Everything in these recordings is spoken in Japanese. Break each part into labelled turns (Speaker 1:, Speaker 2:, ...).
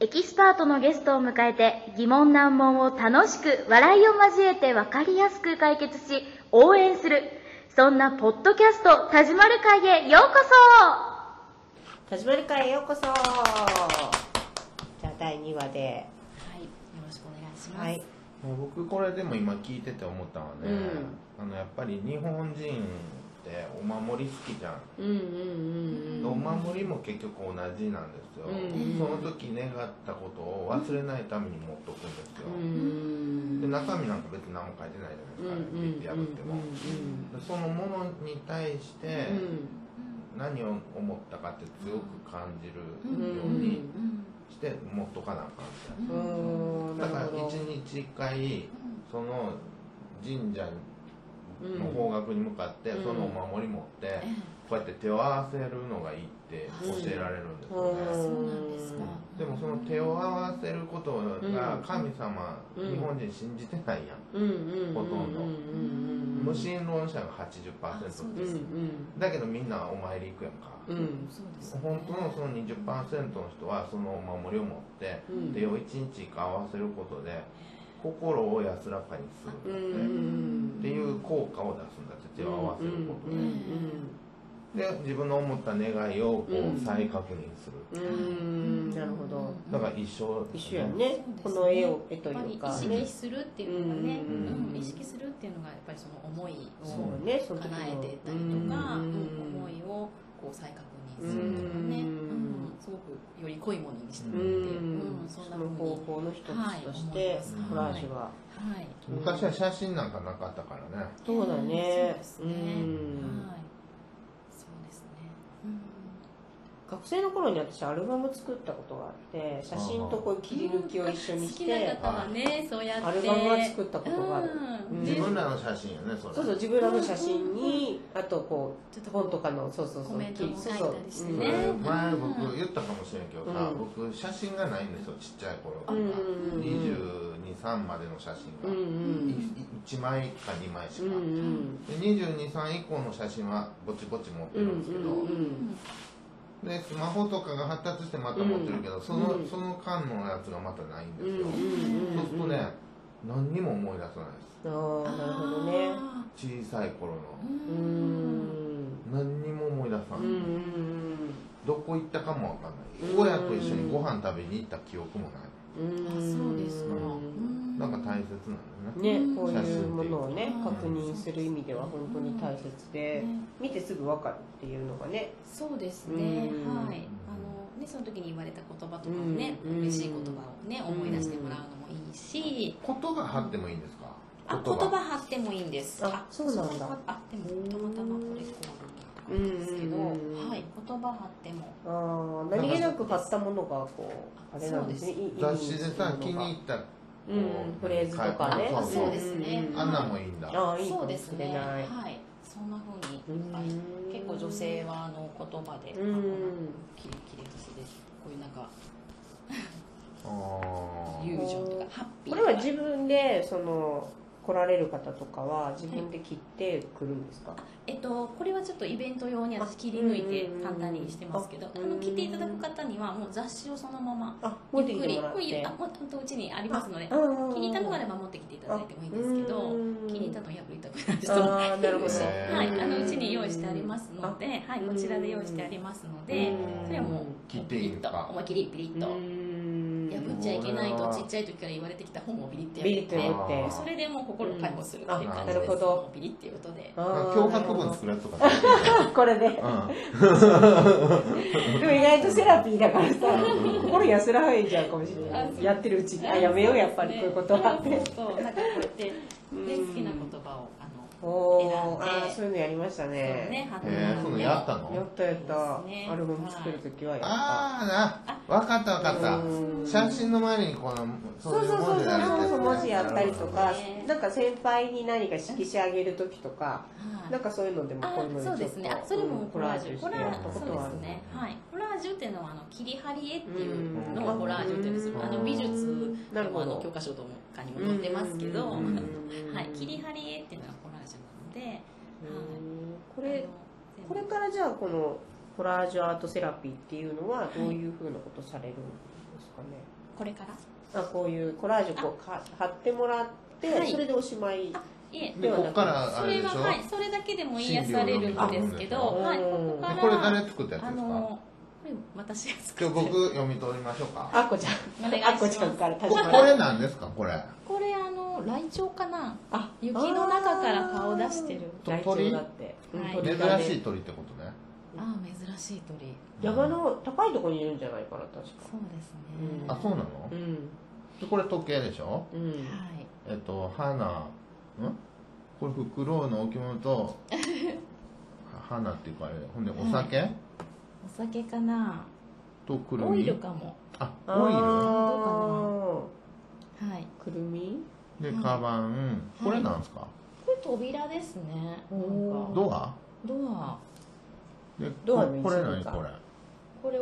Speaker 1: エキスパートのゲストを迎えて疑問難問を楽しく笑いを交えて分かりやすく解決し応援するそんなポッドキャスト「田島る会」へようこ
Speaker 2: 田島る会へようこそじゃあ第2話で
Speaker 3: はい、よろしくお願いします。
Speaker 2: はい
Speaker 4: もう僕これでも今聞いてて思ったのはね、あのやっぱり日本人ってお守り好きじゃん、
Speaker 2: うんうん
Speaker 4: お守りも結局同じなんですよ、
Speaker 2: うん
Speaker 4: その時願ったことを忘れないために持っとくんですよ
Speaker 2: うんう、ん
Speaker 4: で中身なんか別に何も書いてないじゃないですか、ビッて破っても、でそのものに対して何を思ったかって強く感じるようにして持っとかなあかんみたいな
Speaker 2: うんうんうん
Speaker 4: だから
Speaker 2: なるほど
Speaker 4: 1日1回その神社の方角に向かって
Speaker 2: うん
Speaker 4: そのお守り持ってこうやって手を合わせるのがいいって教えられるんですよ
Speaker 2: うん
Speaker 4: ね
Speaker 3: そうなんですか。
Speaker 4: でもその手を合わせることが神様
Speaker 2: うん
Speaker 4: 日本人信じてないや
Speaker 2: う
Speaker 4: ん
Speaker 2: んうん
Speaker 4: ほとんど
Speaker 2: うんうんうん
Speaker 4: 無神論者が80%
Speaker 3: あそう
Speaker 2: うんうん
Speaker 4: だけどみんなお参り行くやんか
Speaker 2: うん
Speaker 3: そうです、ね。
Speaker 4: 本当のその20%の人はそのお守りを持って
Speaker 2: うん
Speaker 4: 手を1日1回合わせることで心を安らかにす
Speaker 2: う
Speaker 4: る
Speaker 2: ん
Speaker 4: ん
Speaker 2: う
Speaker 4: だっ
Speaker 2: ん
Speaker 4: てっていう効果を出すんだって手を合わせること
Speaker 2: う
Speaker 4: で,、
Speaker 2: ん
Speaker 4: で自分の思った願いをこ
Speaker 2: うん
Speaker 4: う再確認する、
Speaker 2: うんうんなるほど
Speaker 4: だから一生
Speaker 2: 一緒やねこの絵を絵というか
Speaker 3: やっぱり意識するっていうのがね、
Speaker 2: う
Speaker 3: うんん意識するっていうのがやっぱりその思い
Speaker 2: そ
Speaker 3: を
Speaker 2: うねその時の
Speaker 3: 叶えてたりとか、
Speaker 2: う
Speaker 3: うんん思いをこう再確認す
Speaker 4: う
Speaker 3: る
Speaker 4: ん
Speaker 3: とかね、
Speaker 2: う
Speaker 3: うんんすごくより濃いものにしていく
Speaker 2: う
Speaker 3: っていう、
Speaker 2: ん
Speaker 3: うん
Speaker 2: そ
Speaker 3: そんな風
Speaker 2: の
Speaker 3: に
Speaker 2: 方法の一つとして
Speaker 4: はい
Speaker 2: コラージュが
Speaker 3: はい、
Speaker 4: 昔は写真なんかなかったからね
Speaker 2: そうだね
Speaker 3: そうですね
Speaker 2: うん
Speaker 3: はい、そうですね。うん
Speaker 2: 学生の頃に私アルバム作ったことがあって写真とこういう切り抜きを一緒にし
Speaker 3: 好きな
Speaker 2: て
Speaker 3: 方はね、そうやって
Speaker 2: アルバムは作ったことがある
Speaker 3: うん
Speaker 2: うん
Speaker 4: 自分らの写真よねそれ
Speaker 2: そうそう自分らの写真にあとこ
Speaker 3: ちょっ
Speaker 2: う
Speaker 3: と
Speaker 2: 本
Speaker 3: 本
Speaker 2: と
Speaker 3: と
Speaker 2: か
Speaker 3: か
Speaker 2: のそうそうそう
Speaker 3: コメントも書いたりして
Speaker 4: そ
Speaker 3: ね
Speaker 4: れ
Speaker 3: うん
Speaker 4: 前僕言ったかもしれんけどさ、
Speaker 2: うん
Speaker 4: 僕写真がないんですよちっちゃい頃
Speaker 2: うんうん
Speaker 4: 二十二三までの写真
Speaker 2: うんう
Speaker 4: が、い
Speaker 2: ん
Speaker 4: 一1枚か2枚し
Speaker 2: うんう
Speaker 4: か、で
Speaker 2: ん
Speaker 4: 22、3以降の写真はぼちぼち持ってるんですけど、
Speaker 2: うんうんうん
Speaker 4: でスマホとかが発達してまた持ってるけど、その
Speaker 2: うん
Speaker 4: その間のやつがまたないんですよ、
Speaker 2: うん
Speaker 4: そうするとね何にも思い出さ
Speaker 2: あ
Speaker 4: ない
Speaker 2: あなるほどね
Speaker 3: あ
Speaker 4: です小さい頃の
Speaker 3: ーう
Speaker 2: うんん
Speaker 4: 何にも思い出さ
Speaker 2: うん
Speaker 4: な
Speaker 2: う
Speaker 4: い、
Speaker 2: んうん
Speaker 4: どこ行ったかもわかんな
Speaker 2: う
Speaker 4: い
Speaker 2: ん
Speaker 4: 親と一緒にご飯食べに行った記憶もない
Speaker 2: うん
Speaker 3: あそうですか。
Speaker 4: なんか大切なんだよね
Speaker 2: ね、こういうものをね確認する意味では本当に大切で、
Speaker 3: ね
Speaker 2: 見てすぐ分かるっていうのがね
Speaker 3: そうです
Speaker 2: う
Speaker 3: ね。
Speaker 2: ん
Speaker 3: はい。あのねその時に言われた言葉とかもね、
Speaker 2: うん
Speaker 3: 嬉しい言葉をね思い出してもらうのもいいし、
Speaker 4: 言葉貼ってもいいんですか
Speaker 3: あ言葉貼ってもいいんです。
Speaker 2: あそうなんだ
Speaker 3: あでもたまたまこれこうだったんですけど、
Speaker 2: うん
Speaker 3: はい言葉貼っても
Speaker 2: あー何気なく買ったものがこうあれなんですねいい
Speaker 4: 雑誌でさ気に入
Speaker 2: い
Speaker 4: ったこう
Speaker 2: うんフレーズとかね
Speaker 4: 書いてそう
Speaker 3: あそうで
Speaker 4: そう
Speaker 3: すね
Speaker 4: あんなんもいいんだ
Speaker 2: ああいいか
Speaker 3: そう
Speaker 2: も
Speaker 3: で
Speaker 2: し
Speaker 3: す
Speaker 2: れ
Speaker 3: ね。
Speaker 2: ない、
Speaker 3: はい。そんな風にいっぱい。
Speaker 2: うん
Speaker 3: 結構女性はあの言葉で、
Speaker 2: うん
Speaker 3: あのキレキレ節でこういうなんか
Speaker 4: あー
Speaker 3: 友情とかハッピー
Speaker 2: ことれ
Speaker 3: か。
Speaker 2: は自分でその来られる方とかは自分で切ってくるんですか、
Speaker 3: えっとこれはちょっとイベント用に私切り抜いて簡単にしてますけど、
Speaker 2: あ
Speaker 3: あ
Speaker 2: うん
Speaker 3: の来ていただく方にはもう雑誌をそのまま
Speaker 2: あ
Speaker 3: ゆ
Speaker 2: 持って
Speaker 3: っ
Speaker 2: き
Speaker 3: く
Speaker 2: て
Speaker 3: り
Speaker 2: もらっ
Speaker 3: こういうあ
Speaker 2: て
Speaker 3: もうあとうちにありますので。気に入ったのがあれば持ってきていただいてもいいんですけど、気に入ったの破りたくない人も
Speaker 2: あーなるほど
Speaker 3: いるし
Speaker 4: へー
Speaker 3: はい、あのうちに用意してありますので、はい、
Speaker 2: うん
Speaker 3: こちらで用意してありますので
Speaker 4: うん、
Speaker 3: それはもう
Speaker 4: 切っていいの
Speaker 3: と
Speaker 4: か
Speaker 3: 思いっきりピリッと破っちゃいけないとちっちゃい時から言われてきた本をビリッて
Speaker 2: ビリッと
Speaker 3: 破
Speaker 2: や
Speaker 3: っ
Speaker 2: ってて
Speaker 3: それでもう心を解放するってい
Speaker 4: う
Speaker 3: う感
Speaker 4: んあ
Speaker 3: じ
Speaker 4: な
Speaker 3: で
Speaker 2: る
Speaker 3: す
Speaker 2: ほど
Speaker 3: ビリッていうことで
Speaker 2: あ
Speaker 4: なん
Speaker 2: ー
Speaker 4: か脅迫文作るやつとか作っ てる
Speaker 2: これで
Speaker 4: う
Speaker 2: でも意外とセラピーだからさ
Speaker 4: うん
Speaker 2: 心安らいじゃうかもしれな
Speaker 3: あそう
Speaker 2: いやってるうちにあやめようやっぱりこういうことはって
Speaker 3: そうそうなんかこうやってで
Speaker 2: うん
Speaker 3: 好きな言葉をあの
Speaker 2: おー
Speaker 3: 選ん
Speaker 2: あ
Speaker 3: で
Speaker 2: ーそういうのやりました
Speaker 3: そう
Speaker 2: ね
Speaker 3: ね貼っ
Speaker 4: ん
Speaker 3: ても
Speaker 4: へ
Speaker 3: ら
Speaker 4: え
Speaker 3: っ
Speaker 4: そ
Speaker 3: て
Speaker 4: のやったの
Speaker 2: やったやった
Speaker 3: そうですね
Speaker 2: アルバム作るときはやった
Speaker 4: ああな分かった分かった
Speaker 2: うん
Speaker 4: 写真の周りにこの
Speaker 2: そうそうそうそうそう文字やったりとか
Speaker 3: ね
Speaker 2: なんか先輩に何か色紙あげるときとか
Speaker 3: はい
Speaker 2: なんかそういうのでも
Speaker 3: あ
Speaker 2: こういうの
Speaker 3: そう
Speaker 2: にちょ
Speaker 3: で
Speaker 2: っ
Speaker 3: すね
Speaker 2: と
Speaker 3: あそれも
Speaker 2: うん
Speaker 3: コラージュ
Speaker 2: コ
Speaker 3: コラ
Speaker 2: ラージュしてやったこ
Speaker 3: ーそう
Speaker 2: と
Speaker 3: で
Speaker 2: はある
Speaker 3: すねはいコラージュっていうのはあの切り張り絵っていうの
Speaker 4: う
Speaker 3: が
Speaker 4: ん
Speaker 3: コラージュっていうんです
Speaker 2: う
Speaker 3: よ
Speaker 2: ん
Speaker 3: あの美術
Speaker 2: な
Speaker 3: で
Speaker 2: るほ
Speaker 3: もあ
Speaker 2: ど
Speaker 3: の教科書とかにも載ってますけど
Speaker 4: う
Speaker 3: は
Speaker 4: ん
Speaker 3: い切り張り絵っていうのがコラージュなので
Speaker 2: うんこ
Speaker 3: あ
Speaker 2: れ
Speaker 3: の全
Speaker 2: こ
Speaker 3: 部
Speaker 2: れからじゃあこのコラージュアートセラピーっていうのはどういうふうなことされるんですかね
Speaker 3: これから
Speaker 2: あこういうコラージュこうか貼ってもらって、
Speaker 3: はい
Speaker 2: それでおしまい
Speaker 3: あいえ
Speaker 4: でここからあ
Speaker 3: そ
Speaker 4: れ
Speaker 3: れ
Speaker 4: で
Speaker 3: は
Speaker 4: しょ
Speaker 3: はいそれだけでも癒やされるんですけど
Speaker 4: あ
Speaker 3: はい
Speaker 2: うん
Speaker 3: ここから
Speaker 4: これ誰作ったやつ
Speaker 3: あ
Speaker 4: ですか
Speaker 3: のこれ私が作
Speaker 4: 今
Speaker 3: っ
Speaker 4: 日
Speaker 3: てる
Speaker 4: 僕読み取りましょう
Speaker 2: あ
Speaker 4: か
Speaker 2: っこちゃ
Speaker 3: お願いし
Speaker 2: ん
Speaker 3: ま
Speaker 2: あ
Speaker 3: す
Speaker 2: っこちゃんから
Speaker 4: こ
Speaker 2: 立ち
Speaker 4: これなんですかこれ
Speaker 3: これあのライチョウかな
Speaker 2: あ
Speaker 3: 雪の中から顔出してる
Speaker 4: と
Speaker 2: ライチョウだって、うん
Speaker 3: はい
Speaker 2: 鳥
Speaker 4: 珍
Speaker 2: だね
Speaker 4: しい鳥ってことね
Speaker 3: ああ珍しい鳥
Speaker 2: 山の高いところにいるんじゃないかな確か
Speaker 3: そうです
Speaker 2: う
Speaker 3: ね
Speaker 2: ん
Speaker 4: あそうなの
Speaker 2: うん
Speaker 4: でこれ時計でしょ
Speaker 2: うん
Speaker 3: はい
Speaker 4: えっと花んこれフクロウの置物と 花っていうかあれほんでお酒、
Speaker 3: お酒かな
Speaker 4: とくるみ
Speaker 3: オイルかも
Speaker 4: あオ
Speaker 2: あ
Speaker 3: はい
Speaker 2: ーくるみ
Speaker 4: イル
Speaker 3: う
Speaker 4: で
Speaker 3: ん
Speaker 4: カバン
Speaker 3: い
Speaker 4: これなんですか、
Speaker 3: これ扉ですねなんか
Speaker 2: おー
Speaker 4: ドア
Speaker 3: ドア
Speaker 4: で
Speaker 2: ドア
Speaker 4: こ
Speaker 2: の
Speaker 4: これ
Speaker 2: 一
Speaker 4: 何
Speaker 2: 部か
Speaker 4: これ
Speaker 3: これオ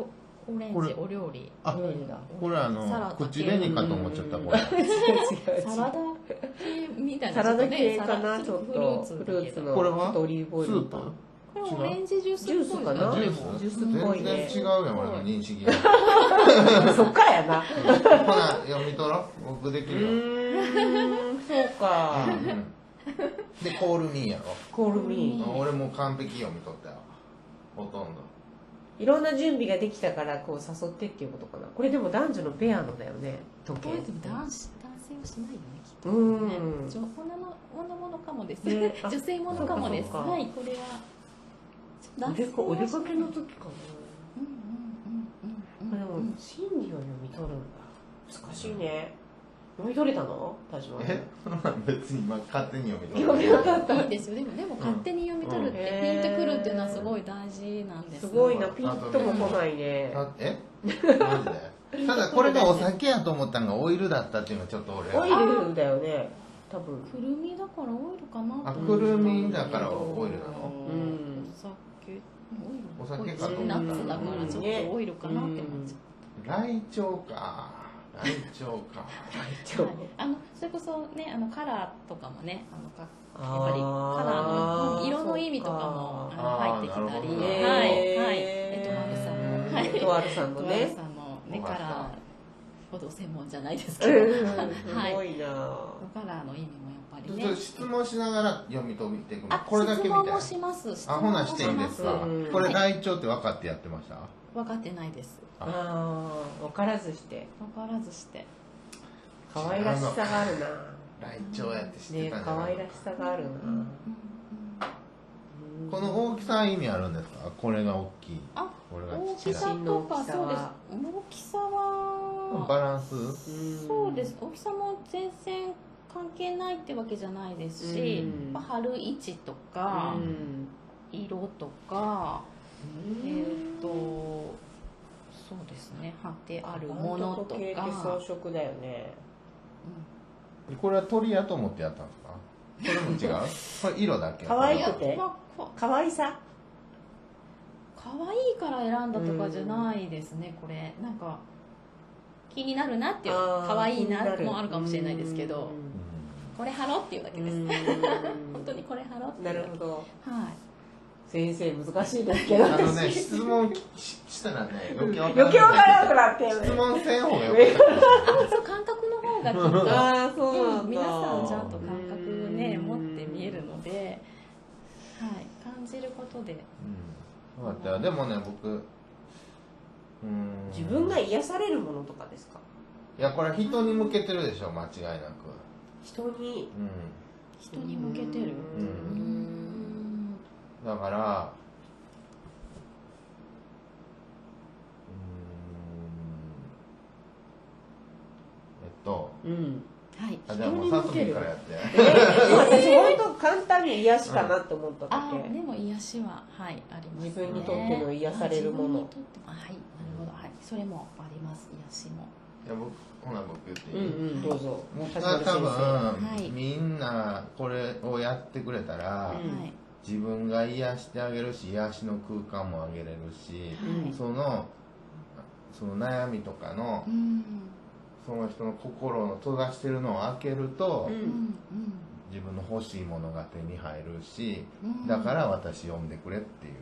Speaker 3: レ
Speaker 4: こ
Speaker 3: ン
Speaker 4: れ
Speaker 3: ジお料理
Speaker 4: あ
Speaker 2: どれだ
Speaker 4: これあ
Speaker 3: サラ
Speaker 4: の
Speaker 3: ダ
Speaker 4: 口
Speaker 3: 系
Speaker 4: 紅かと思っちゃった
Speaker 2: うん
Speaker 4: これ
Speaker 2: 違う違う
Speaker 3: サラダ系みたいな
Speaker 2: サラダ系
Speaker 3: ちょっ
Speaker 2: か
Speaker 3: とねサ
Speaker 2: な
Speaker 3: ラ
Speaker 2: ちょっ
Speaker 3: フルー
Speaker 2: と
Speaker 3: ツ
Speaker 2: フ
Speaker 3: だけど
Speaker 2: ルーツの
Speaker 4: これは
Speaker 2: ちょっとオリーブオイ
Speaker 4: スー
Speaker 2: ル
Speaker 4: プ
Speaker 2: と
Speaker 3: これオレンジジュースっぽいで
Speaker 2: ジュ
Speaker 3: すね
Speaker 2: ースかな
Speaker 4: あジュ
Speaker 3: でも
Speaker 4: ース
Speaker 2: ジュースっぽいね
Speaker 4: 全然違うやん俺の認識が
Speaker 2: そっからやな
Speaker 4: ほな読み取ろう僕でき
Speaker 2: う
Speaker 4: るよ、
Speaker 2: ーんそう
Speaker 4: うん
Speaker 2: か
Speaker 4: うんでコールミーやろ
Speaker 2: コールミ
Speaker 3: うん
Speaker 4: 俺もう完璧読み取ったよほとんど
Speaker 2: ーいろんな準備ができたからこう誘ってっていうことかなこれでも男女のペアのだよね時計
Speaker 3: こういう時男子男性はしないよねきっと
Speaker 2: うん
Speaker 3: ね女女の女物かもです、
Speaker 2: ねあ
Speaker 3: 女性物かもです
Speaker 2: そうかそうか
Speaker 3: はいこれは
Speaker 2: お出かお出かけの時か
Speaker 3: うんうんうん
Speaker 2: なあで
Speaker 3: うんう
Speaker 2: も
Speaker 3: ん
Speaker 2: 心理を読み取るんだ難しいね読み取れたの田島
Speaker 4: えそんなん別に今勝手に読み取
Speaker 2: 読めなかっ
Speaker 3: いいですよでもでも勝手に読み取るって、
Speaker 2: うん
Speaker 3: ピンとくるっていうのはすごい大事なんです
Speaker 2: す
Speaker 3: ね
Speaker 2: ごいなピンとも来ないね
Speaker 4: たえマジでただこれがお酒やと思ったんがオイルだったっていうのはちょっと俺
Speaker 2: オ
Speaker 4: は
Speaker 2: イルだよね多分
Speaker 3: くるみだからオイルか
Speaker 4: あ
Speaker 3: なと
Speaker 4: くるみだからオイルなの
Speaker 2: う
Speaker 3: お
Speaker 2: ん
Speaker 3: 酒
Speaker 4: お酒
Speaker 3: オイル
Speaker 4: かと思った
Speaker 3: ナッツだからちょっとオイルかなって思っちゃ
Speaker 4: ライチョウかライチョウか
Speaker 2: ち
Speaker 3: う、
Speaker 2: ょっ
Speaker 3: はいあのそれこそねあのカラーとかもねあのか
Speaker 2: と
Speaker 3: やっぱりカラーの色の意味とかも
Speaker 4: そっか
Speaker 3: あの入ってき
Speaker 4: あ
Speaker 3: た
Speaker 4: ーなる
Speaker 3: り、
Speaker 4: ほど
Speaker 3: はい
Speaker 4: ね
Speaker 3: はいえとまるさんの、はい、
Speaker 2: とわるさんの
Speaker 3: とわる
Speaker 2: ね
Speaker 3: さんのね
Speaker 4: わ
Speaker 3: カ
Speaker 4: かった
Speaker 3: ラーほど専門じゃないですけ
Speaker 2: う
Speaker 3: ど、
Speaker 2: んす
Speaker 3: はい
Speaker 2: ごいな
Speaker 3: カラーの意味もやっぱり
Speaker 4: ちょっ
Speaker 3: ね
Speaker 4: と。質問しながら読み取っていくの
Speaker 3: あ、
Speaker 4: これだけ
Speaker 3: 質
Speaker 4: 見
Speaker 3: 問
Speaker 4: て
Speaker 3: もします。質
Speaker 4: あ
Speaker 3: 問
Speaker 4: ほ
Speaker 3: も
Speaker 4: なしていいですか
Speaker 2: うん
Speaker 4: これライチョウって分かってやってました
Speaker 3: 分かってないです。
Speaker 2: あー分からずして
Speaker 3: 分からずして。
Speaker 2: 可愛らしさがあるな
Speaker 4: ライチョウやって知って
Speaker 2: ね
Speaker 4: たんじゃ
Speaker 2: 可
Speaker 4: ない
Speaker 2: 愛
Speaker 4: の
Speaker 2: ら
Speaker 4: か
Speaker 2: しさがあるなうん
Speaker 4: この大きさは意味あるんですかこれが大きい
Speaker 3: あ
Speaker 4: これが
Speaker 3: 大
Speaker 4: ちっ
Speaker 3: き
Speaker 4: ちゃい
Speaker 3: さとか
Speaker 2: 写真の
Speaker 3: そうです
Speaker 2: 大。
Speaker 3: 大きさは
Speaker 4: バランス
Speaker 2: うん
Speaker 3: そうです。大きさも全然関係ないってわけじゃないですし
Speaker 2: うん、
Speaker 3: まあ貼る位置と
Speaker 2: う
Speaker 3: か
Speaker 2: ん
Speaker 3: 色とか、え
Speaker 2: え
Speaker 3: っとそうですね貼ってあるものと
Speaker 2: 時計って
Speaker 3: か。
Speaker 2: 装飾だよね
Speaker 4: これは鳥やと思ってやったんですかこれも違うこれ色だけ
Speaker 2: 可愛
Speaker 3: い
Speaker 2: く
Speaker 3: や
Speaker 2: て
Speaker 3: まあこ
Speaker 2: 可愛さ
Speaker 3: 可愛いから選んだとかじゃないですね、これなんか気になるなっていう
Speaker 2: あー
Speaker 3: 可愛い
Speaker 2: 気に
Speaker 3: な
Speaker 2: る
Speaker 3: もあるかもしれないですけ
Speaker 4: う
Speaker 3: ど
Speaker 4: ん
Speaker 3: これ貼ろうっていうだけ
Speaker 2: うん
Speaker 3: です、
Speaker 2: うん
Speaker 3: 本当にこれ貼ろうっていう
Speaker 2: な
Speaker 3: だけ
Speaker 2: るほど
Speaker 3: はい
Speaker 2: 先生難しいですけど
Speaker 4: あのね
Speaker 2: 私
Speaker 4: 質問ししたらね余計わ
Speaker 2: 余計わからなく
Speaker 4: な
Speaker 2: なって
Speaker 4: い
Speaker 2: る
Speaker 4: 質問せん方がよかった
Speaker 3: あそう感覚の方がきっと
Speaker 2: ああそう
Speaker 3: で
Speaker 2: なんだ
Speaker 3: も皆さんちゃんと感覚をね
Speaker 2: うん
Speaker 3: 持って見えるので、はい、感じることで
Speaker 4: うんよかったよでもね僕うーん
Speaker 2: 自分が
Speaker 4: い
Speaker 2: 癒されるものとかですか
Speaker 4: やこれは人に向けてるでしょ間違いなく
Speaker 2: 人に
Speaker 4: うん
Speaker 3: 人に向けてる
Speaker 2: う
Speaker 3: うんん
Speaker 4: だからうーんえっと
Speaker 2: うん
Speaker 3: はい
Speaker 4: あじゃあもう
Speaker 2: 人に
Speaker 4: さ
Speaker 2: 向
Speaker 4: と
Speaker 2: け
Speaker 4: み
Speaker 2: る
Speaker 4: からやって
Speaker 2: えー私本当簡単に癒しかなって思っただ
Speaker 3: あ
Speaker 2: け
Speaker 3: ーでも癒しははいあります、ね、
Speaker 2: 自分にとっての癒されるもの
Speaker 3: あ自分にとってもあはいなるほどはいそれもあります癒しも
Speaker 4: いや僕ほな僕言って
Speaker 2: う
Speaker 4: い
Speaker 2: ん
Speaker 4: い、
Speaker 2: うんどうぞ
Speaker 4: 僕
Speaker 2: 田島
Speaker 4: は
Speaker 2: 先
Speaker 4: 多分、
Speaker 3: い
Speaker 4: みんなこれをやってくれたら、
Speaker 2: うん
Speaker 3: はい
Speaker 4: 自分が癒してあげるし癒しの空間もあげれるし、
Speaker 2: うん
Speaker 4: そのその悩みとかの、
Speaker 3: うん
Speaker 4: その人の心の閉ざしてるのを開けると、
Speaker 2: う
Speaker 3: うんん
Speaker 4: 自分の欲しいものが手に入るし、
Speaker 3: うん
Speaker 4: だから私呼んでくれっていう、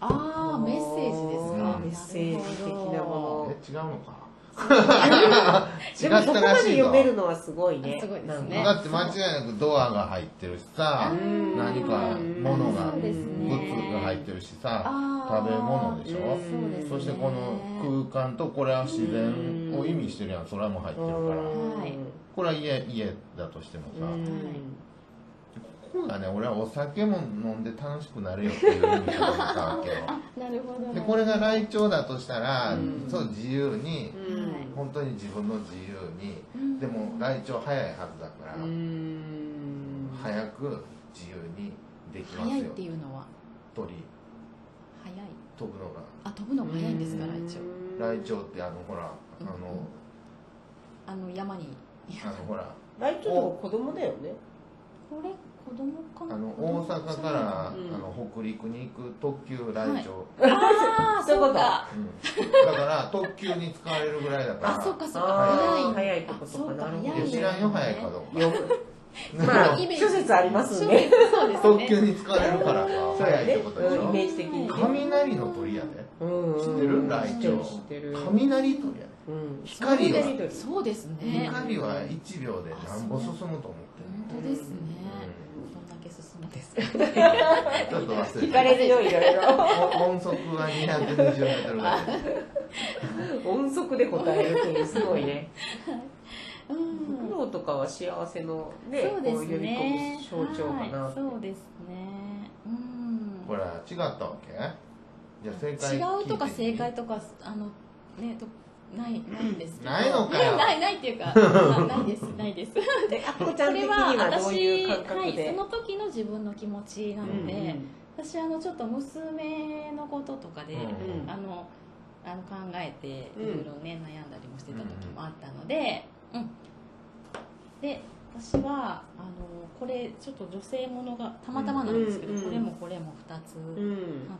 Speaker 3: ああメッセージですか
Speaker 4: うん
Speaker 2: メッセージ的なも
Speaker 4: え違うのか
Speaker 2: でもそこまで読める
Speaker 4: の
Speaker 2: のはすごいね。
Speaker 3: すごいですね
Speaker 4: だって間違いなくドアが入ってるしさ
Speaker 2: うん
Speaker 4: 何か物が
Speaker 3: そうですね
Speaker 4: 物が入ってるしさ
Speaker 3: あー
Speaker 4: 食べ物でしょ
Speaker 2: うん
Speaker 3: そうですね
Speaker 4: そしてこの空間とこれは自然を意味してるやん空も入ってるから
Speaker 3: んはい
Speaker 4: これは家家だとしてもさ
Speaker 2: うん
Speaker 4: ここがね俺はお酒も飲んで楽しくなるよっていう意味だったわけよ
Speaker 3: なるほど
Speaker 4: でこれが来庁だとしたら、
Speaker 2: うん
Speaker 4: そう自由に
Speaker 2: うん
Speaker 4: 本当に自分の自由に、
Speaker 3: うん
Speaker 4: でも来庁早いはずだから、
Speaker 2: うん
Speaker 4: 早く自由にできます
Speaker 3: 早いっ
Speaker 4: よ
Speaker 3: ていうのは
Speaker 4: 鳥
Speaker 3: 早い
Speaker 4: 飛ぶの
Speaker 3: あ飛ぶのが早いんですか来鳥
Speaker 4: が来庁ってあのほらあの、
Speaker 3: うんあの山に
Speaker 4: あのほら
Speaker 2: ライチョウの子供だよね。
Speaker 3: これ子供か
Speaker 4: あ
Speaker 3: な
Speaker 4: の大阪から、
Speaker 2: うん
Speaker 4: あの北陸に行く特急来庁、
Speaker 3: あ あ
Speaker 2: そういうこと
Speaker 3: そうか
Speaker 4: うん、だから特急に使われるぐらいだから
Speaker 3: あそうかそう
Speaker 4: あ
Speaker 3: か
Speaker 4: ー
Speaker 2: 早いってことか
Speaker 3: あそう
Speaker 2: なるほど
Speaker 3: 早い
Speaker 4: いや知らんよ早いかどうか
Speaker 2: 読む。 まあ、
Speaker 3: イメージ
Speaker 2: 諸説ありますんで。
Speaker 3: そうで す
Speaker 4: 特
Speaker 3: ね
Speaker 4: 急に使われるから早いってことで
Speaker 2: う
Speaker 4: し
Speaker 2: んイ
Speaker 4: ょ
Speaker 2: メージ的にね。
Speaker 4: 雷の鳥やで、
Speaker 2: うん
Speaker 4: 知ってるライチョウ
Speaker 2: 知ってる。
Speaker 4: 雷鳥や
Speaker 2: うん
Speaker 4: 光は
Speaker 2: 緑
Speaker 3: そうですね本
Speaker 4: 光は1秒で何歩進むと思って ん
Speaker 3: 当ですね
Speaker 4: う
Speaker 3: どんだけ進むんです
Speaker 4: のちょっと忘れ
Speaker 2: 聞かれ
Speaker 4: て
Speaker 2: るよいろいろ。
Speaker 4: お音速は 220m ぐらい
Speaker 2: 音速で答えるっていうすごいね。
Speaker 3: う
Speaker 2: 苦
Speaker 3: ん
Speaker 2: 労とかは幸せのね、
Speaker 3: そうで
Speaker 2: こ
Speaker 3: す
Speaker 2: う呼び
Speaker 3: ね
Speaker 2: 込む象徴か
Speaker 3: は。
Speaker 2: ない
Speaker 3: そうですねうん
Speaker 4: ほら違ったわけじゃあ正解
Speaker 3: 違うとか
Speaker 4: 聞いて
Speaker 3: 正解とかあのねとないないんですけど
Speaker 4: ないのかよ
Speaker 3: ねないないっていう かまあないですないです
Speaker 2: で、アッコちゃ
Speaker 3: こ
Speaker 2: ん的
Speaker 3: れ
Speaker 2: に
Speaker 3: は
Speaker 2: はどうい
Speaker 3: 私
Speaker 2: う感
Speaker 3: は
Speaker 2: 覚
Speaker 3: いそ
Speaker 2: で。
Speaker 3: の時の自分の気持ちなので、
Speaker 4: うん
Speaker 3: 私あのちょっと娘のこととかで、
Speaker 4: うん
Speaker 3: あのあの考えてい
Speaker 2: うん
Speaker 3: ろいろね、悩んだりもしてた時もあったので、うんで私はあのこれちょっと女性ものがたまたまなんですけど、
Speaker 2: うんうん
Speaker 3: これもこれも2つ
Speaker 2: う
Speaker 3: 買
Speaker 2: ん。
Speaker 3: っ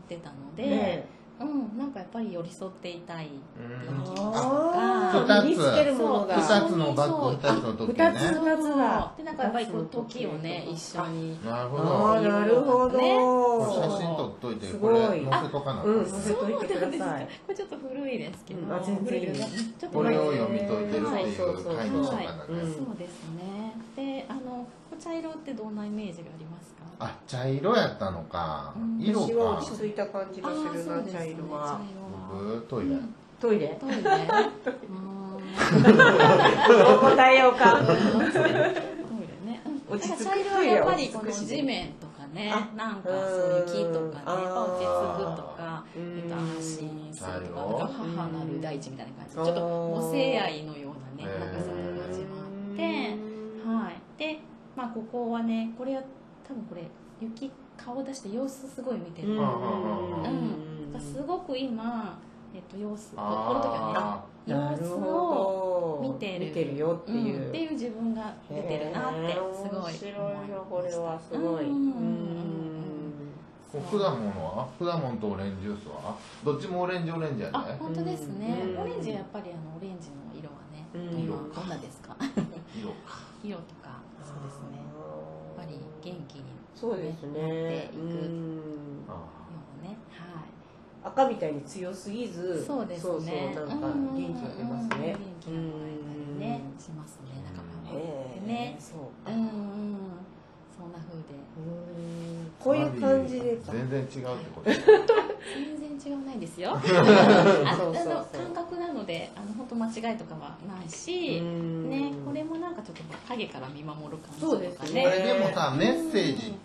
Speaker 3: てたので、
Speaker 2: ね
Speaker 3: うん、なんかやっぱり寄り添っていたい
Speaker 4: うん
Speaker 2: あ
Speaker 4: あ
Speaker 2: ー身につけるものが。
Speaker 3: そう
Speaker 4: 2つのバッグ2つの時
Speaker 2: 二つ
Speaker 4: ね
Speaker 2: 二つだ
Speaker 3: でなんかやっぱりこう
Speaker 2: 二つの時
Speaker 3: 時をね一緒に
Speaker 4: なるほ
Speaker 2: あ
Speaker 4: ど
Speaker 2: あ、なるほど。
Speaker 3: ね
Speaker 4: これ
Speaker 3: そう
Speaker 4: 写真撮っといて
Speaker 2: す
Speaker 4: こ
Speaker 2: ごい
Speaker 4: れ載せとかなあか
Speaker 2: うんん、
Speaker 4: ね
Speaker 2: させといてくだ
Speaker 3: そうなん
Speaker 2: さ
Speaker 3: で
Speaker 2: い。
Speaker 3: すこれちょっと古いですけど、
Speaker 2: うんあ全然いい
Speaker 3: 古いちょっと
Speaker 4: こ
Speaker 3: 前
Speaker 4: れ
Speaker 3: に
Speaker 4: を読み解いてるってい
Speaker 2: そうそう
Speaker 4: う
Speaker 2: そう
Speaker 4: 回にしとかなあかんね
Speaker 2: うん
Speaker 3: そうですね。で、あの、茶色ってどんなイメージがありますか。
Speaker 4: あ茶色やったのか
Speaker 3: うん
Speaker 4: 色
Speaker 2: 私は
Speaker 4: か
Speaker 2: 落ち着いた感じがするな、茶色は。
Speaker 4: 僕トイレ
Speaker 2: トイレ
Speaker 3: 茶色は。トイレ。うーん
Speaker 2: どう答えようか。
Speaker 3: トイレね。
Speaker 2: 落ち着く
Speaker 3: なんか茶色はやっぱり
Speaker 2: トイレは
Speaker 3: この
Speaker 2: 落ち着くしね
Speaker 3: 地面とかね、なんかそういう木
Speaker 2: うん
Speaker 3: とかね、やっぱ落ち着くとか。
Speaker 2: う
Speaker 3: えっ
Speaker 2: ん
Speaker 3: と、安心するとか、
Speaker 4: うん
Speaker 3: なんか母なる大地みたいな感じで、
Speaker 2: うん
Speaker 3: ちょっと母性愛のようなね、
Speaker 4: へー
Speaker 3: なんかそんな感じもあって。
Speaker 2: うん
Speaker 3: はい、で、まあ、ここはねこれは多分これ雪顔出して様子すごい見て
Speaker 2: う
Speaker 3: る、
Speaker 2: ん
Speaker 3: な
Speaker 4: あ
Speaker 3: ん
Speaker 2: うん
Speaker 3: かすごく今、えっと、様子ここの時は
Speaker 4: あ
Speaker 3: ね様子を
Speaker 2: を
Speaker 3: 見てる
Speaker 2: 見てるよって
Speaker 3: うん
Speaker 2: い
Speaker 3: っ
Speaker 2: う。
Speaker 3: ていう自分が出てるなって
Speaker 2: へ
Speaker 3: す
Speaker 2: ー
Speaker 3: ごい思
Speaker 2: 面白い
Speaker 3: い
Speaker 2: な
Speaker 3: ま
Speaker 2: これ
Speaker 3: した
Speaker 2: はすごい
Speaker 3: うん
Speaker 4: ー果物は果物とオレンジジュースはどっちもオレンジオレンジや
Speaker 3: あ
Speaker 4: ね
Speaker 3: 本当ですね、
Speaker 2: うん
Speaker 3: オレンジはやっぱりあのオレンジの色はね、
Speaker 2: うん
Speaker 3: 今どんなですか
Speaker 4: 色
Speaker 3: 色とかそうですねやっぱり元気に
Speaker 2: そうですね
Speaker 3: ね
Speaker 2: うん
Speaker 4: あ
Speaker 3: ようなねはい
Speaker 2: 赤みたいに強すぎず
Speaker 3: そうですね。
Speaker 2: そうそうなんか元気が出ますね
Speaker 3: うんうんうん元気がもらえたりね、しますね。仲間も。
Speaker 2: ええ
Speaker 3: ね
Speaker 2: そう
Speaker 3: う
Speaker 2: か
Speaker 3: んうん。そんな風で
Speaker 2: うん
Speaker 4: ー
Speaker 2: こういう感じでか
Speaker 4: 全然違うってこと
Speaker 3: 全然違うないで すよ。あ
Speaker 2: そうそうそう
Speaker 3: あの感覚なので、あの本当間違いとかはないし、
Speaker 2: うん
Speaker 3: ねこれもなんかちょっと影から見守る感じ
Speaker 2: そうで
Speaker 3: とか
Speaker 2: す
Speaker 4: こ
Speaker 2: ね
Speaker 3: ね。
Speaker 4: れでもさメッセー
Speaker 3: う
Speaker 4: ジ
Speaker 3: ん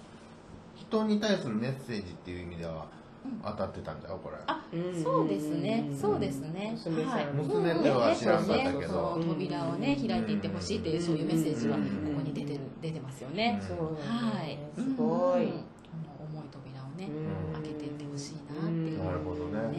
Speaker 4: 人に対するメッセージっていう意味では当たってたんじゃうこれ
Speaker 3: あ
Speaker 2: うん
Speaker 3: そうですね、そうですね、
Speaker 2: 娘さん
Speaker 3: はい
Speaker 4: 娘とは知らんかったけど
Speaker 3: そうそう扉をね、開いていってほしいっていう、そういうメッセージは、
Speaker 4: う
Speaker 3: こ
Speaker 4: ん
Speaker 3: こに出てる、出てますよね。
Speaker 2: そうだ
Speaker 3: はい
Speaker 2: ね、すごい
Speaker 3: うんこの重い扉をね、
Speaker 2: うん
Speaker 3: 開けていってほしいなっていうの
Speaker 4: な
Speaker 3: が
Speaker 4: るほどね
Speaker 3: ね
Speaker 2: うん
Speaker 3: あっ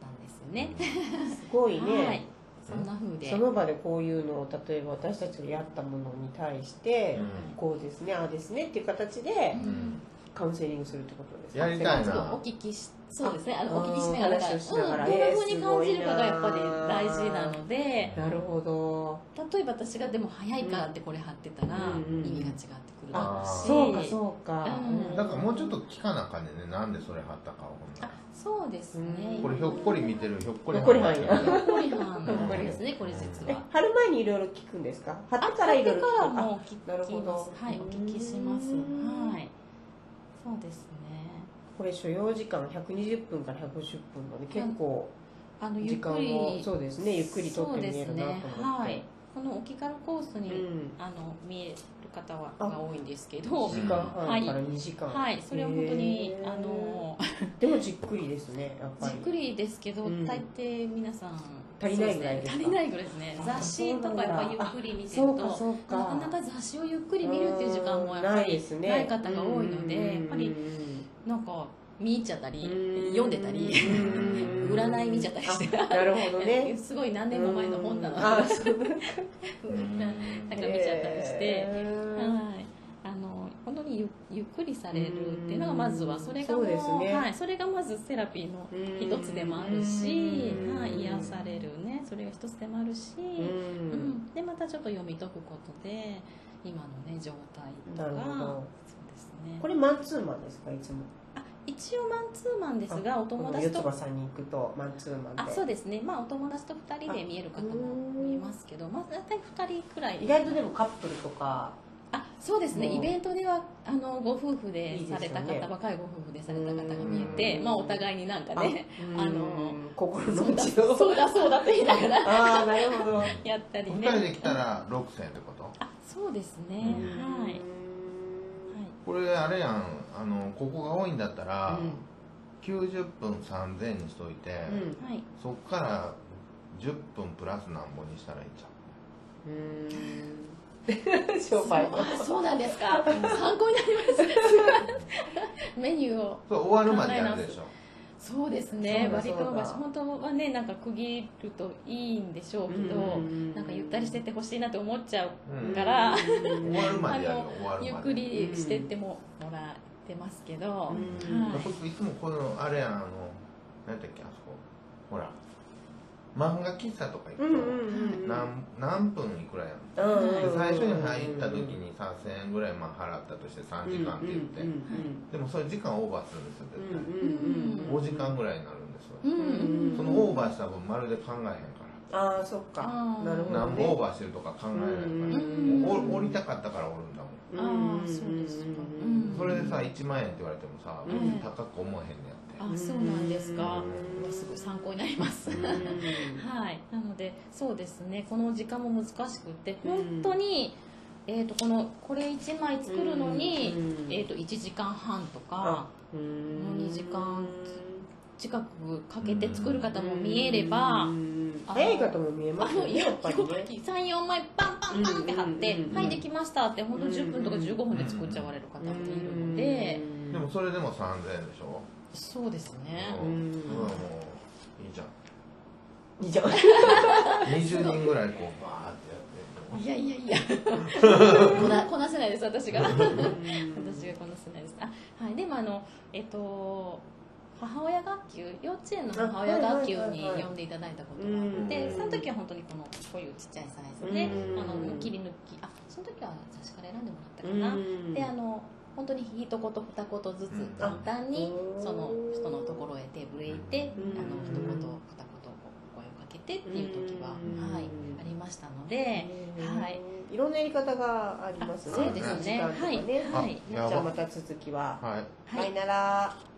Speaker 3: たんですよね。
Speaker 2: すごいね、
Speaker 3: はい、そんな風で、
Speaker 2: その場でこういうのを例えば私たちがやったものに対して、
Speaker 4: うん
Speaker 2: こうですねああですねっていう形で
Speaker 4: うん
Speaker 2: カウンセリングするってことですか
Speaker 4: やりたい
Speaker 3: ちょっと
Speaker 4: な
Speaker 3: お聞きし、そうですね、あのお聞きしなが
Speaker 2: あーお
Speaker 3: ら、
Speaker 2: 話をしながら
Speaker 3: うんどんな
Speaker 2: えー
Speaker 3: 風に感じるかがやっぱり大事なので、
Speaker 2: なるほど
Speaker 3: 例えば私がでも早いからってこれ貼ってたら
Speaker 2: うんうんうん
Speaker 3: 意味が違ってくるだろうし、
Speaker 2: そうかそうか、
Speaker 3: うん
Speaker 4: だからもうちょっと聞かなあかんねんねなんでそれ貼ったかをほんなら
Speaker 3: あそうですね。
Speaker 4: これひょっこり見てるひょっこり
Speaker 2: ひょっこりはんや
Speaker 3: ひょっこりはんなんですね、これ実
Speaker 2: え
Speaker 3: は。
Speaker 2: 貼る前にいろいろ聞くんですか貼っ
Speaker 3: あ
Speaker 2: てからいろいろ
Speaker 3: 買ってか
Speaker 2: 聞く
Speaker 3: らもう聞
Speaker 2: あなる
Speaker 3: き
Speaker 2: ほ
Speaker 3: ます
Speaker 2: ど。
Speaker 3: はい、お聞きします。
Speaker 2: うん
Speaker 3: はい。そうですね。
Speaker 2: これ所要時間120分から150分まで結構
Speaker 3: あのゆ
Speaker 2: 時
Speaker 3: っ
Speaker 2: 間
Speaker 3: く
Speaker 2: を
Speaker 3: り
Speaker 2: そうですねゆっくりとって見え
Speaker 3: そ
Speaker 2: る
Speaker 3: うで
Speaker 2: な
Speaker 3: す
Speaker 2: と
Speaker 3: ね
Speaker 2: 思っ
Speaker 3: はい
Speaker 2: て、
Speaker 3: この沖からコースに、
Speaker 2: うん
Speaker 3: あの見える方は
Speaker 2: あ
Speaker 3: が多いんですけど
Speaker 2: 1時間半から2時間
Speaker 3: はいそれは本当に
Speaker 2: へー
Speaker 3: あの
Speaker 2: でもじっくりですねやっ
Speaker 3: じ
Speaker 2: ぱ
Speaker 3: っ
Speaker 2: り
Speaker 3: くりですけど、
Speaker 2: うん
Speaker 3: 大抵皆さん
Speaker 2: 足りないぐらい
Speaker 3: そ
Speaker 2: です
Speaker 3: うね
Speaker 2: か
Speaker 3: 足りないぐらいですね
Speaker 2: あ
Speaker 3: 雑誌とかやっぱゆっくり見てる
Speaker 2: そうか
Speaker 3: と
Speaker 2: そうか
Speaker 3: なかなか雑誌をゆっくり見るっていう時間もやっぱ
Speaker 2: ないで
Speaker 3: り
Speaker 2: すね
Speaker 3: ない方が多いので
Speaker 2: うん
Speaker 3: やっぱりなんか見入っちゃったり
Speaker 2: うん
Speaker 3: 読んでたり
Speaker 2: うん
Speaker 3: 占い見ちゃったりして
Speaker 2: あなるほど ね
Speaker 3: すごい何年も前の本なの
Speaker 2: う
Speaker 3: で
Speaker 2: んあそう
Speaker 4: うん
Speaker 3: なんか見ちゃったりして、
Speaker 2: へー
Speaker 3: はい、あの本当にゆゆっくりされるっていうのが
Speaker 2: うん
Speaker 3: まずはそれがも
Speaker 2: そうですね
Speaker 3: はい、それがまずセラピーの一つでもあるし、
Speaker 2: うん
Speaker 3: はい、癒されるねそれが一つでもあるし、
Speaker 2: う
Speaker 3: うん
Speaker 2: ん
Speaker 3: でまたちょっと読み解くことで今のね状態とか
Speaker 2: なるほど
Speaker 3: そうですね
Speaker 2: これマンツーマンですかいつも
Speaker 3: あ一応マンツーマンですがお友
Speaker 2: この四
Speaker 3: 達
Speaker 2: つ
Speaker 3: と
Speaker 2: 葉さんに行くとマンツーマンで
Speaker 3: あそうですねまあお友達と2人で見える方も見えますけどまあ大体2人くらい
Speaker 2: 意外とでもカップルとか
Speaker 3: あそうですね
Speaker 2: うん
Speaker 3: イベントではあのご夫婦で
Speaker 2: いいですよ
Speaker 3: され
Speaker 2: ね
Speaker 3: た方若いご夫婦でされた方が見え
Speaker 4: う
Speaker 3: て
Speaker 4: ん
Speaker 3: まあお互いになんかね
Speaker 2: うん
Speaker 3: あの
Speaker 2: 心の
Speaker 3: そうだ
Speaker 2: 内
Speaker 3: そうだ
Speaker 2: を
Speaker 3: そうだそうだって言いなが ら
Speaker 2: ああなるほど
Speaker 3: やったり
Speaker 4: 二
Speaker 3: ね
Speaker 4: 人で来たら6000円ってこと
Speaker 3: あそうですね
Speaker 4: うん
Speaker 3: はいはい
Speaker 4: これあれやんあのここが多いんだった
Speaker 2: う
Speaker 4: ら、
Speaker 2: ん
Speaker 4: 90分3000にしといて、
Speaker 2: うん
Speaker 3: はい
Speaker 4: そっから10分プラスなんぼにしたらいいんちゃう
Speaker 2: うーん 商売
Speaker 3: あそうなんですか参考にな りますメニューを
Speaker 4: そう終わるまでやるでしょ
Speaker 3: そうです
Speaker 2: そう
Speaker 3: ね
Speaker 2: だ
Speaker 3: 割
Speaker 2: そうだ
Speaker 3: と場所本当はねなんか区切るといいんでしょうけどなんかゆったりしててほしいなって思っちゃう
Speaker 4: うん
Speaker 3: から
Speaker 4: 終わるまでやるよ終わるまで
Speaker 3: ゆっくりしてってももらってますけど、
Speaker 2: うん
Speaker 3: はい
Speaker 4: 僕いつもこのあれやんあの何だっけあそこほら漫画喫茶とか行くと、
Speaker 2: うんうんうんうん
Speaker 4: 何何分いくらやん
Speaker 2: うん
Speaker 4: で最初に入った時に3000円ぐらいまあ払ったとして3時間って言って、
Speaker 2: うん
Speaker 4: でもそれ時間オーバーするんですよ
Speaker 2: うん
Speaker 4: 絶対、
Speaker 2: うんうん
Speaker 4: 5時間ぐらいになるんですよ、
Speaker 3: うん
Speaker 2: うん
Speaker 4: そのオーバーした分まるで考えへんか
Speaker 2: ああそっか
Speaker 3: あー
Speaker 2: なる
Speaker 4: ら、
Speaker 2: ほど
Speaker 4: 何もオーバーしてるとか考えないから、
Speaker 3: うん
Speaker 4: もうお降りたかったから降るんだもん
Speaker 3: あーそうですかうん
Speaker 4: それでさ1万円って言われてもさ、
Speaker 3: うん
Speaker 4: 高く思えへんねやって
Speaker 3: あそうなんですか
Speaker 2: うん
Speaker 3: すごい参考になります、
Speaker 2: うん
Speaker 3: はいなのでそうですねこの時間も難しくて
Speaker 2: うん
Speaker 3: 本当に、えー、とこのこれ1枚作るのに、
Speaker 2: うん
Speaker 3: えー、と1時間半とか
Speaker 2: うん
Speaker 3: もう二時間近くかけて作る方も見えれば、
Speaker 2: うん
Speaker 3: あの
Speaker 2: 早い方も見えま
Speaker 3: あ
Speaker 2: すよ
Speaker 3: の
Speaker 2: ねやっぱりね
Speaker 3: 34枚バンバンバンって貼って
Speaker 2: うんうんうんう
Speaker 3: 「
Speaker 2: ん
Speaker 3: はいできました」って本当10分とか15分で作っちゃわれる方もいるので
Speaker 2: うん
Speaker 4: でもそれでも3000円でしょ、
Speaker 3: そうですね
Speaker 4: うん
Speaker 2: うん
Speaker 4: それはもういいじゃん
Speaker 2: いいじゃん
Speaker 4: 20人ぐらいこうバーってやって
Speaker 3: いやいや いやこなこなせないです私が私がこなせないですあはいでもあのえっと母親学級幼稚園の母親学級に
Speaker 2: あはいはいはいはい
Speaker 3: 呼んでいただいたことがあって
Speaker 4: うん
Speaker 3: その時は本当にこのこういうちっちゃいサイズで
Speaker 2: うん
Speaker 3: あの切り抜きあその時は雑誌から選んでもらったかなであの本当に一言二言ずつ
Speaker 4: うん
Speaker 3: 簡単に
Speaker 2: あ
Speaker 3: その人のところへテーブルへ行って、
Speaker 2: うん
Speaker 3: あの一言二言お声をかけてっていう時は、
Speaker 2: うん
Speaker 3: はい、ありましたので、はい、
Speaker 2: いろんなやり方がありますね
Speaker 3: そうですね
Speaker 2: 時間とかね
Speaker 3: はいはい
Speaker 4: あや
Speaker 2: じゃあ
Speaker 4: ば
Speaker 2: また続きは
Speaker 4: はい
Speaker 2: さよなら